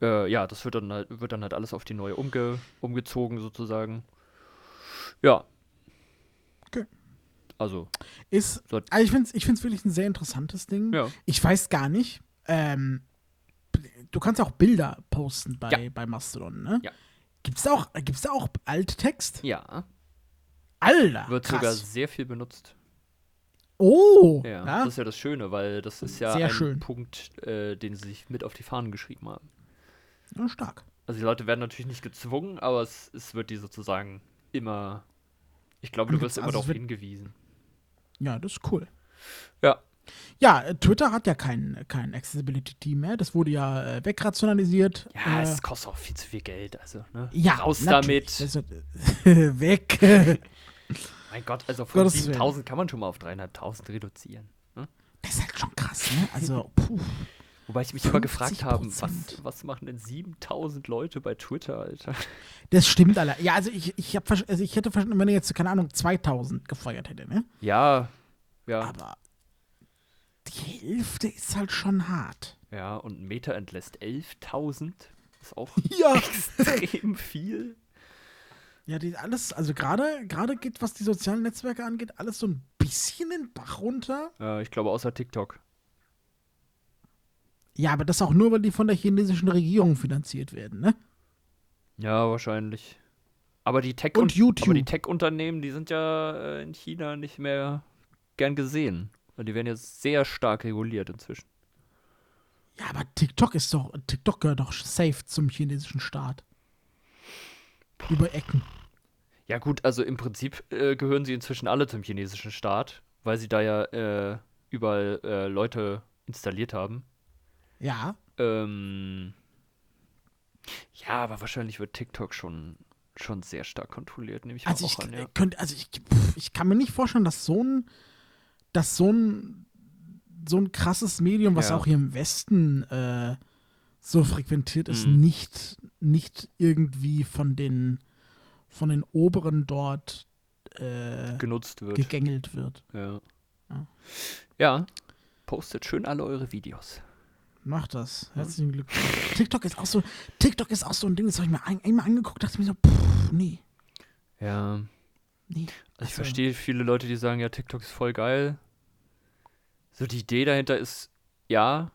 äh, ja, das wird dann halt, wird dann halt alles auf die neue umge umgezogen sozusagen. Ja.
Okay.
Also,
Ist,
So.
also ich finde es ich find's wirklich ein sehr interessantes Ding.
ja.
Ich weiß gar nicht. Ähm, du kannst ja auch Bilder posten bei,
Ja.
bei Mastodon, ne?
Ja.
Gibt's da auch, gibt's da auch Alttext?
Ja.
Alter!
Wird sogar
krass.
sehr viel benutzt.
Oh!
Ja,
ja?
das ist ja das Schöne, weil das ist ja
Sehr
ein
schön.
Punkt, äh, den sie sich mit auf die Fahnen geschrieben haben.
ja, stark.
Also die Leute werden natürlich nicht gezwungen, aber es, es wird die sozusagen immer, ich glaube, du wirst immer
Also es
darauf
wird-
hingewiesen.
Ja, das ist cool.
Ja,
Ja, äh, Twitter hat ja kein, kein Accessibility-Team mehr. Das wurde ja äh, wegrationalisiert.
ja,
äh,
es kostet auch viel zu viel Geld, also, ne?
ja,
Raus
natürlich.
damit!
Also, äh, weg. das
Mein Gott, also von
Gottes Willen.
7000 kann man schon mal auf 3.500 reduzieren.
ist halt schon krass, ne? Also, puh.
Wobei ich mich immer gefragt habe,
50%.
was, was machen denn 7000 Leute bei Twitter, Alter?
Das stimmt, Alter. Ja, also ich, ich, hab, versch- also ich hätte verstanden, wenn er jetzt, keine Ahnung, 2000 gefeuert hätte, ne?
Ja, ja,
Aber die Hälfte ist halt schon hart.
ja, und Meta entlässt 11.000, ist auch
Ja.
extrem viel.
Ja, die alles, also gerade gerade geht, was die sozialen Netzwerke angeht, alles so ein bisschen den Bach runter.
Äh, ich glaube, außer TikTok.
Ja, aber das auch nur, weil die von der chinesischen Regierung finanziert werden, ne?
Ja, wahrscheinlich. Aber die Tech Aber
Und YouTube.
die Tech-Unternehmen, die sind ja äh, in China nicht mehr gern gesehen. Und die werden ja sehr stark reguliert inzwischen.
Ja, aber TikTok ist doch, TikTok gehört doch safe zum chinesischen Staat. Über Ecken.
Ja gut, also im Prinzip äh, gehören sie inzwischen alle zum chinesischen Staat, weil sie da ja äh, überall äh, Leute installiert haben.
Ja.
Ähm, ja, aber wahrscheinlich wird TikTok schon, schon sehr stark kontrolliert, nehme ich mal
Also ich
auch an. Ja.
könnte, also ich, pff, ich kann mir nicht vorstellen, dass so ein, dass so ein, so ein krasses Medium, was
Ja.
auch hier im Westen äh, so frequentiert ist,
Mhm.
nicht, nicht irgendwie von den, von den Oberen dort äh,
Genutzt wird.
gegängelt wird.
Ja.
Ja.
ja. Postet schön alle eure Videos.
Macht das.
Mhm.
Herzlichen Glückwunsch. TikTok ist auch so, TikTok ist auch so ein Ding, das habe ich mir ein, einmal angeguckt, dachte ich mir so, pff, nee,
Ja. Also
nee.
ich
Also-
verstehe viele Leute, die sagen, ja, TikTok ist voll geil. So die Idee dahinter ist, ja,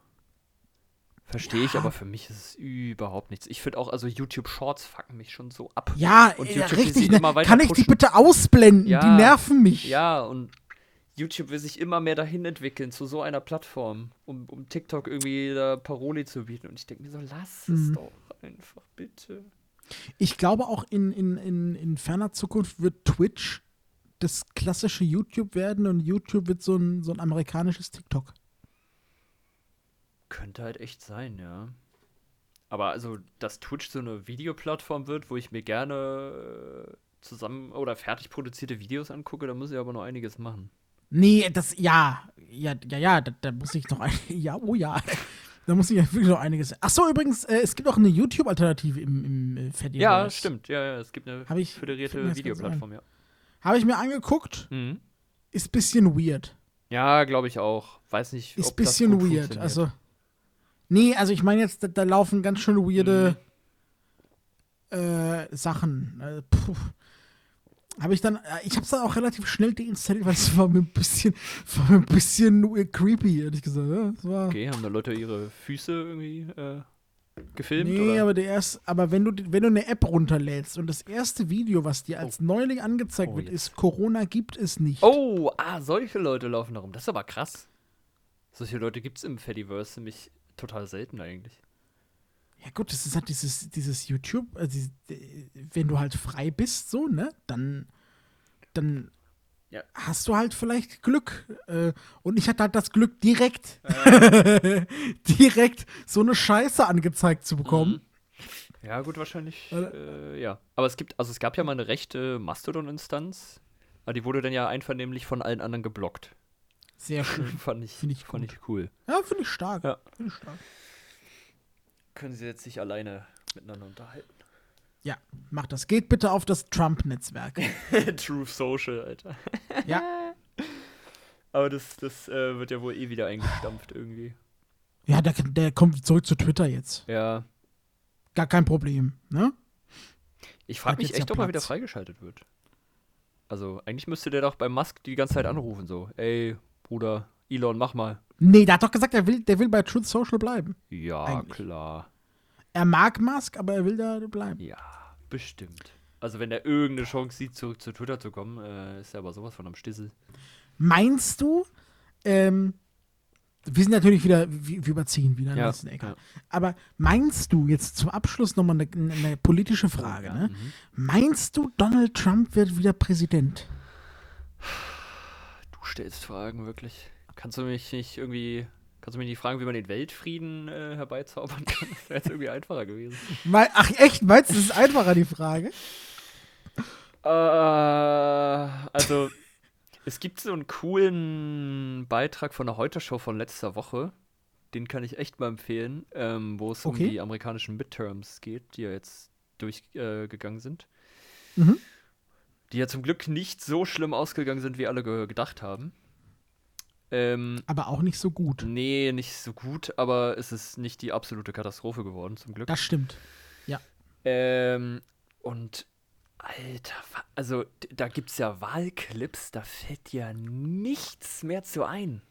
verstehe ich,
Ja.
aber für mich ist es überhaupt nichts. Ich finde auch, also YouTube Shorts fucken mich schon so ab.
Ja,
Und
äh,
YouTube will sie
richtig. Ne?
immer weiter
Kann ich die
pushen.
bitte ausblenden? Die
Ja.
nerven mich.
Ja, und YouTube will sich immer mehr dahin entwickeln, zu so einer Plattform, um, um TikTok irgendwie da Paroli zu bieten. Und ich denke mir so, lass es
Mhm.
doch einfach, bitte.
Ich glaube auch in, in, in, in ferner Zukunft wird Twitch das klassische YouTube werden und YouTube wird so ein, so ein amerikanisches TikTok.
Könnte halt echt sein, ja. Aber also, dass Twitch so eine Videoplattform wird, wo ich mir gerne äh, zusammen oder fertig produzierte Videos angucke, da muss ich aber noch einiges machen.
Nee, das, ja, ja, ja, ja, da, da muss ich noch ein, ja, oh ja, da muss ich ja wirklich noch einiges. Ach so, übrigens, äh, es gibt auch eine YouTube-Alternative im, im äh, Fediverse.
Ja, stimmt. Ja, ja, es gibt eine
Hab ich- fällt mir
föderierte
jetzt gerade so ein.
Videoplattform, ja.
Habe ich mir angeguckt,
Mhm.
ist bisschen weird.
Ja, glaube ich auch. Weiß nicht,
Ist
ob das
bisschen
gut
weird.
funktioniert.
Also, nee, also ich meine jetzt, da, da laufen ganz schöne weirde
Mhm.
äh, Sachen. Äh, puh. Habe ich dann, äh, ich habe es dann auch relativ schnell deinstalliert, weil es war mir ein bisschen, war mir ein bisschen weird creepy, ehrlich gesagt. Ja, es war,
Okay, haben da Leute ihre Füße irgendwie äh, gefilmt?
nee,
oder?
aber der erst, aber wenn du, die- wenn du eine App runterlädst und das erste Video, was dir als Neuling angezeigt
Oh,
wird,
jetzt.
ist Corona gibt es nicht.
Oh, ah, solche Leute laufen da rum. Das ist aber krass. Solche Leute gibt es im Fediverse nämlich total selten eigentlich.
Ja gut, das ist halt dieses, dieses YouTube, äh, diese- äh, wenn du halt frei bist, so, ne, dann, dann
Ja.
hast du halt vielleicht Glück. Äh, und ich hatte halt das Glück, direkt,
Äh.
direkt so eine Scheiße angezeigt zu
Mhm.
bekommen.
Ja, gut, wahrscheinlich.
Oder-
Äh, ja. Aber es gibt, also es gab ja mal eine rechte Mastodon-Instanz, aber die wurde dann ja einvernehmlich von allen anderen geblockt.
Sehr schön.
fand ich,
Find ich
fand
gut.
ich cool.
Ja, finde ich stark.
Ja.
Finde ich stark.
Können sie jetzt sich alleine miteinander unterhalten.
Ja, mach das. Geht bitte auf das Trump-Netzwerk.
True Social, Alter.
ja.
Aber das, das äh, wird ja wohl eh wieder eingestampft irgendwie.
Ja, der, der kommt zurück zu Twitter jetzt.
Ja.
Gar kein Problem, ne?
Ich frage
Hat
mich
jetzt
echt,
ja
ob er wieder
Platz.
freigeschaltet wird. Also, eigentlich müsste der doch bei Musk die ganze Zeit anrufen, so. Ey, Bruder, Elon, mach mal.
Nee, der hat doch gesagt, er will, der will bei Truth Social bleiben.
Ja,
Eigentlich.
klar.
Er mag Musk, aber er will da bleiben.
Ja, bestimmt. Also, wenn er irgendeine Chance sieht, zurück zu Twitter zu kommen, äh, ist er aber sowas von am Stissel.
Meinst du, ähm, wir sind natürlich wieder, wir wir überziehen wieder,
Ja,
das ist egal. Aber meinst du, jetzt zum Abschluss nochmal eine, eine politische Frage, ne?
Mhm.
Meinst du, Donald Trump wird wieder Präsident?
Du stellst Fragen, wirklich. Kannst du mich nicht irgendwie. Kannst du mich nicht fragen, wie man den Weltfrieden äh, herbeizaubern kann? Das wäre jetzt irgendwie einfacher gewesen.
Mei- Ach echt, meinst du, das ist einfacher die Frage?
Äh, also, es gibt so einen coolen Beitrag von der Heute-Show von letzter Woche. Den kann ich echt mal empfehlen, ähm, wo es
Okay.
um die amerikanischen Midterms geht, die ja jetzt durchgegangen äh, gegangen sind.
Mhm.
Die ja zum Glück nicht so schlimm ausgegangen sind, wie alle ge gedacht haben. Ähm,
Aber auch nicht so gut.
nee, nicht so gut, aber es ist nicht die absolute Katastrophe geworden, zum Glück.
Das stimmt.
Ähm, und Alter, wa- also d- da gibt's ja Wahlclips, da fällt dir nichts mehr zu ein.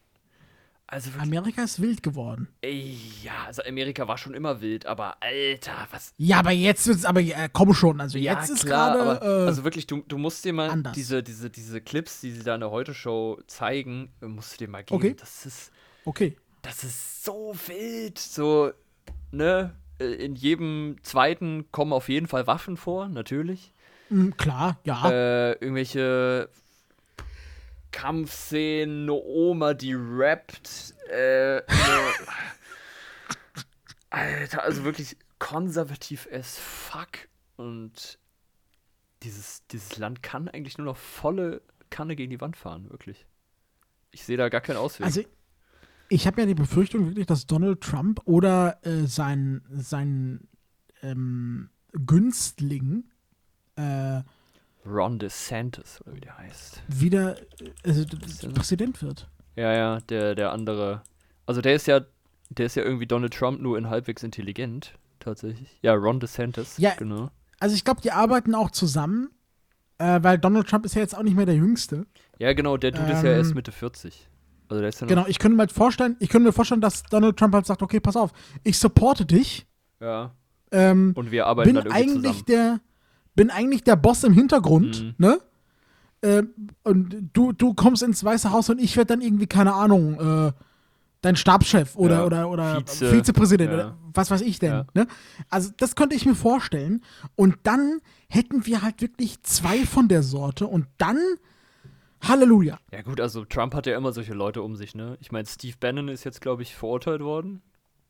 Also wirklich,
Amerika ist wild geworden.
ey, ja, also Amerika war schon immer wild, aber Alter, was
Ja, aber jetzt wird's, aber äh, komm schon, also
ja,
jetzt ist
klar,
gerade.
aber,
Äh,
also wirklich, du, du musst dir mal
anders.
diese diese diese Clips, die sie da in der Heute Show zeigen, äh, musst du dir mal geben.
Okay.
Das ist
okay.
das ist so wild, so ne, Äh, in jedem zweiten kommen auf jeden Fall Waffen vor, natürlich.
Mm, klar, ja.
äh, irgendwelche Kampfszenen, eine Oma, die rappt. Äh, so. Alter, also wirklich konservativ as fuck. Und dieses, dieses Land kann eigentlich nur noch volle Kanne gegen die Wand fahren, wirklich. Ich sehe da gar keinen Ausweg.
Also, ich habe ja die Befürchtung wirklich, dass Donald Trump oder äh, sein, sein ähm, Günstling äh,
Ron DeSantis, oder wie der heißt.
wieder äh, also, d- d-
ja-
Präsident wird.
Ja, ja, der, der andere. Also der ist ja, der ist ja irgendwie Donald Trump nur in halbwegs intelligent, tatsächlich. Ja, Ron DeSantis,
Ja.
genau.
Also, ich glaube, die arbeiten auch zusammen, äh, weil Donald Trump ist ja jetzt auch nicht mehr der Jüngste.
Ja, genau, der Dude ist ja
Ähm.
erst Mitte 40. Also der ist ja noch,
Genau, ich könnte mir halt vorstellen, ich könnte mir vorstellen, dass Donald Trump halt sagt: Okay, pass auf, ich supporte dich.
ja.
Ähm,
Und wir arbeiten
bin
dann irgendwie
eigentlich
zusammen.
der bin eigentlich der Boss im Hintergrund,
Mhm.
ne? Ähm, und du, du kommst ins Weiße Haus und ich werde dann irgendwie, keine Ahnung, äh, dein Stabschef oder,
Ja,
oder, oder
Vize,
Vizepräsident
ja.
oder was weiß ich denn.
Ja.
Ne? Also das könnte ich mir vorstellen. Und dann hätten wir halt wirklich zwei von der Sorte und dann Halleluja.
Ja gut, also Trump hat ja immer solche Leute um sich, ne? Ich meine, Steve Bannon ist jetzt, glaube ich, verurteilt worden.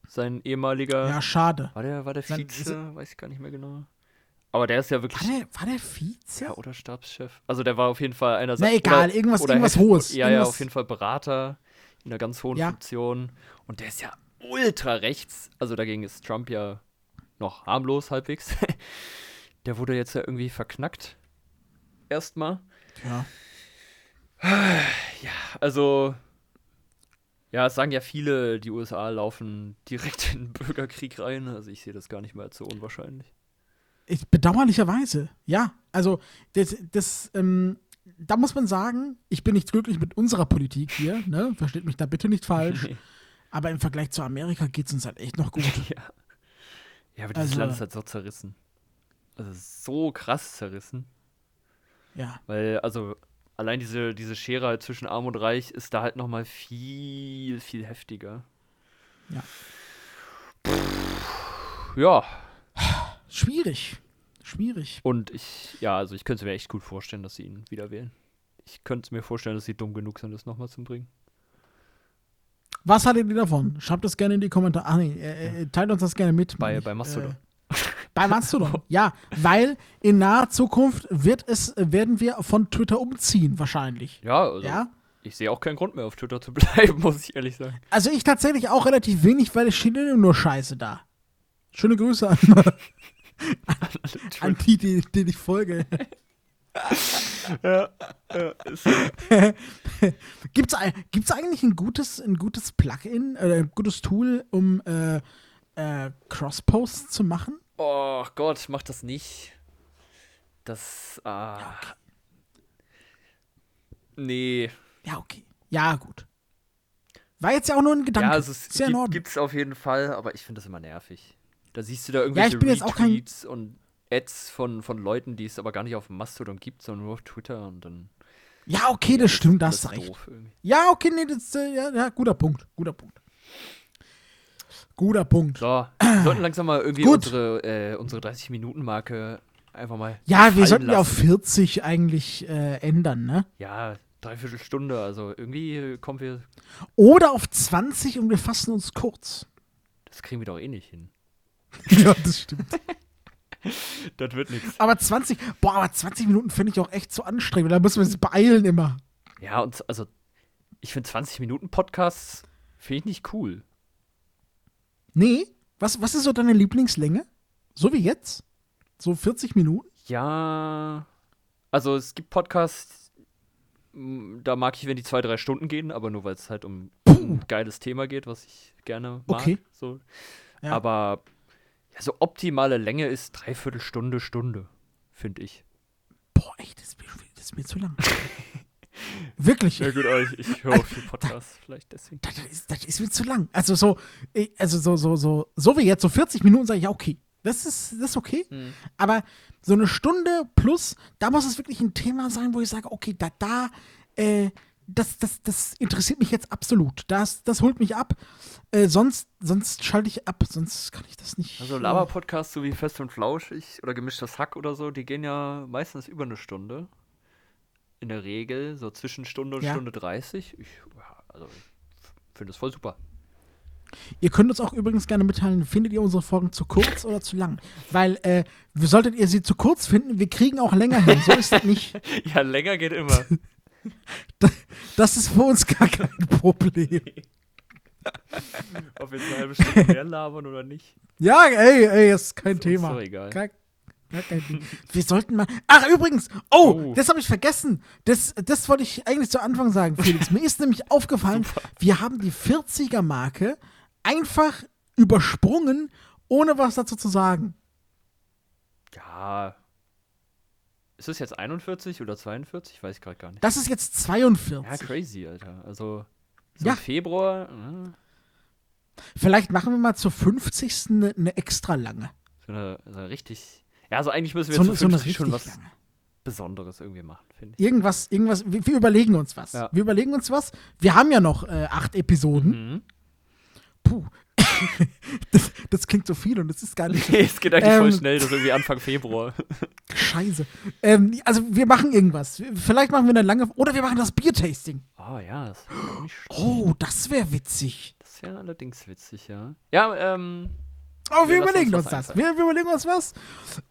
Sein ehemaliger.
Ja, schade.
War der, war der
Sein-
Vize? Weiß ich gar nicht mehr genau. Aber der ist ja wirklich.
War der, war der Vize?
Ja, oder Stabschef. Also der war auf jeden Fall einer
Na, egal, irgendwas- irgendwas Hohes.
Ja,
Irgendwas-
ja, auf jeden Fall Berater in einer ganz hohen
Ja.
Funktion. Und der ist ja ultra rechts. Also dagegen ist Trump ja noch harmlos halbwegs. der wurde jetzt ja irgendwie verknackt. Erstmal.
Ja.
Also. Ja, es sagen ja viele, die USA laufen direkt in den Bürgerkrieg rein. Also ich sehe das gar nicht mal als so unwahrscheinlich.
Ich, bedauerlicherweise, ja. Also, das, das, ähm, da muss man sagen, ich bin nicht glücklich mit unserer Politik hier, ne? Versteht mich da bitte nicht falsch. aber im Vergleich zu Amerika geht es uns halt echt noch gut.
Ja. Ja, aber dieses
Also-
Land ist halt so zerrissen. Also so krass zerrissen.
Ja.
Weil, also, allein diese, diese Schere halt zwischen Arm und Reich ist da halt nochmal viel, viel heftiger.
Ja.
Pff, ja,
Schwierig. Schwierig.
und ich, ja, also ich könnte mir echt gut vorstellen, dass sie ihn wieder wählen. Ich könnte mir vorstellen, dass sie dumm genug sind, das nochmal zu bringen.
Was hattet ihr davon? Schreibt das gerne in die Kommentare. Ach nee, äh, äh, teilt uns das gerne mit.
Bei,
Nicht,
bei Mastodon.
Äh, bei Mastodon, ja. Weil in naher Zukunft wird es, werden wir von Twitter umziehen, wahrscheinlich.
ja, also
Ja?
ich sehe auch keinen Grund mehr, auf Twitter zu bleiben, muss ich ehrlich sagen.
Also ich tatsächlich auch relativ wenig, weil es steht eh nur Scheiße da. Schöne Grüße an, an die, die, denen ich folge.
ja, ist so.
Gibt's, ei- gibt's eigentlich ein gutes, ein gutes Plugin, äh, ein gutes Tool, um äh, äh, Crossposts zu machen?
Oh Gott, mach das nicht. Das. Ah. Nee.
Ja, okay. Ja, gut. War jetzt ja auch nur ein Gedanke.
Ja, also es
ist ja in
gibt,
Ordnung.
gibt's auf jeden Fall, aber ich finde das immer nervig. Da siehst du da irgendwelche
ich bin jetzt auch kein-
Retweets und Ads von, von Leuten, die es aber gar nicht auf Mastodon gibt, sondern nur auf Twitter und dann.
Ja, okay, das stimmt, da hast du
das ist
recht.
doof irgendwie.
Ja, okay, nee, das, äh, ja, ja, guter Punkt, guter Punkt. Guter Punkt.
So, wir sollten langsam mal irgendwie
Gut.
unsere, äh, unsere 30-Minuten-Marke einfach mal.
Ja, wir
fallen
sollten ja auf
lassen.
40 eigentlich äh, ändern, ne?
Ja, dreiviertel Stunde, also irgendwie kommen wir.
Oder auf 20 und wir fassen uns kurz.
Das kriegen wir doch eh nicht hin.
ja, das stimmt.
Das wird nichts.
Aber 20, boah, aber 20 Minuten finde ich auch echt zu anstrengend. Da müssen wir uns beeilen immer.
Ja, und z- also, ich finde 20 Minuten Podcasts finde ich nicht cool.
Nee, was, was ist so deine Lieblingslänge? So wie jetzt? So 40 Minuten?
Ja. Also es gibt Podcasts, m, da mag ich, wenn die zwei, drei Stunden gehen, aber nur weil es halt um ein geiles Thema geht, was ich gerne mag.
Okay.
So.
Ja.
Aber ja, so optimale Länge ist dreiviertel Stunde, Stunde, finde ich.
Boah, echt, das ist mir, das ist mir zu lang. Wirklich.
gut, aber ich, ich höre auch viel Podcasts, vielleicht deswegen.
das, das ist, das ist mir zu lang. Also so, eh, also so, so, so, so wie jetzt, so 40 Minuten sage ich, ja, okay. Das ist, das ist okay. Aber so eine Stunde plus, da muss es wirklich ein Thema sein, wo ich sage, okay, da, da, äh, das, das, das interessiert mich jetzt absolut. Das, das holt mich ab. Äh, sonst, sonst schalte ich ab, sonst kann ich das nicht.
Also Laber-Podcasts, so wie Fest und Flauschig oder Gemischtes Hack oder so, die gehen ja meistens über eine Stunde. In der Regel so zwischen Stunde und
Ja.
Stunde 30. Ich, ja, also, ich finde das voll super.
Ihr könnt uns auch übrigens gerne mitteilen, findet ihr unsere Folgen zu kurz oder zu lang? Weil, äh, solltet ihr sie zu kurz finden, wir kriegen auch länger hin. So ist das nicht.
Ja, länger geht immer.
Das ist für uns gar kein Problem.
Ob jetzt eine halbe Stunde mehr labern oder nicht.
Ja, ey, ey, ist kein
Ist uns
Thema.
doch egal.
Gar, gar kein Ding. Wir sollten mal. Ach, übrigens. Oh,
Oh.
das habe ich vergessen. Das, das wollte ich eigentlich zu Anfang sagen, Felix. Mir ist nämlich aufgefallen, wir haben die 40er-Marke einfach übersprungen, ohne was dazu zu sagen.
Ja. Ist es jetzt 41 oder 42? Weiß ich gerade gar nicht.
Das ist jetzt
Ja,
42.
crazy, Alter. Also, so
Ja.
im Februar, ne? mh,
Vielleicht machen wir mal zur 50. eine, eine extra lange.
so eine, so eine richtig. Ja, also eigentlich müssen wir
So,
jetzt
eine-
zu
so eine
50
richtig
schon was
lange.
Besonderes irgendwie machen, finde ich.
Irgendwas, irgendwas. Wir, wir überlegen uns was.
Ja.
Wir überlegen uns was. Wir haben ja noch äh, acht Episoden.
Mhm.
Puh. das, das klingt so viel und das ist gar nicht so
Nee, es geht eigentlich voll
Ähm.
schnell, das ist irgendwie Anfang Februar.
scheiße. Ähm, also wir machen irgendwas. Vielleicht machen wir eine lange. Oder wir machen das Biertasting.
Oh ja, das wäre auch nicht schlecht.
Oh, das wäre witzig.
Das wäre allerdings witzig, ja. Ja, ähm,
Oh, wir,
Wir lassen
überlegen
uns
uns
was
das.
einfallen.
Wir, wir überlegen uns was.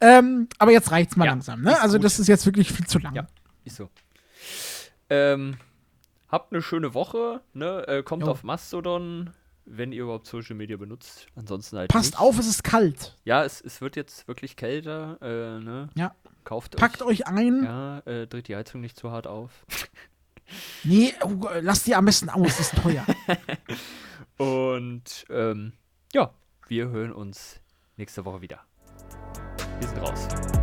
Ähm, aber jetzt reicht's mal
Ja,
langsam, ne?
ist
Also
gut.
das ist jetzt wirklich viel zu lang.
Ja. ist so. Ähm, habt eine schöne Woche, ne? Äh, kommt
Jo.
auf Mastodon, wenn ihr überhaupt Social Media benutzt. Ansonsten halt.
Passt
nicht.
auf, es ist kalt.
Ja, es, es wird jetzt wirklich kälter, äh, ne?
Ja.
Kauft
Packt um. euch ein.
Ja, äh, dreht die Heizung nicht zu hart auf.
Nee, oh, lasst die am besten aus, ist teuer.
Und, ähm, ja, wir hören uns nächste Woche wieder. Wir sind raus.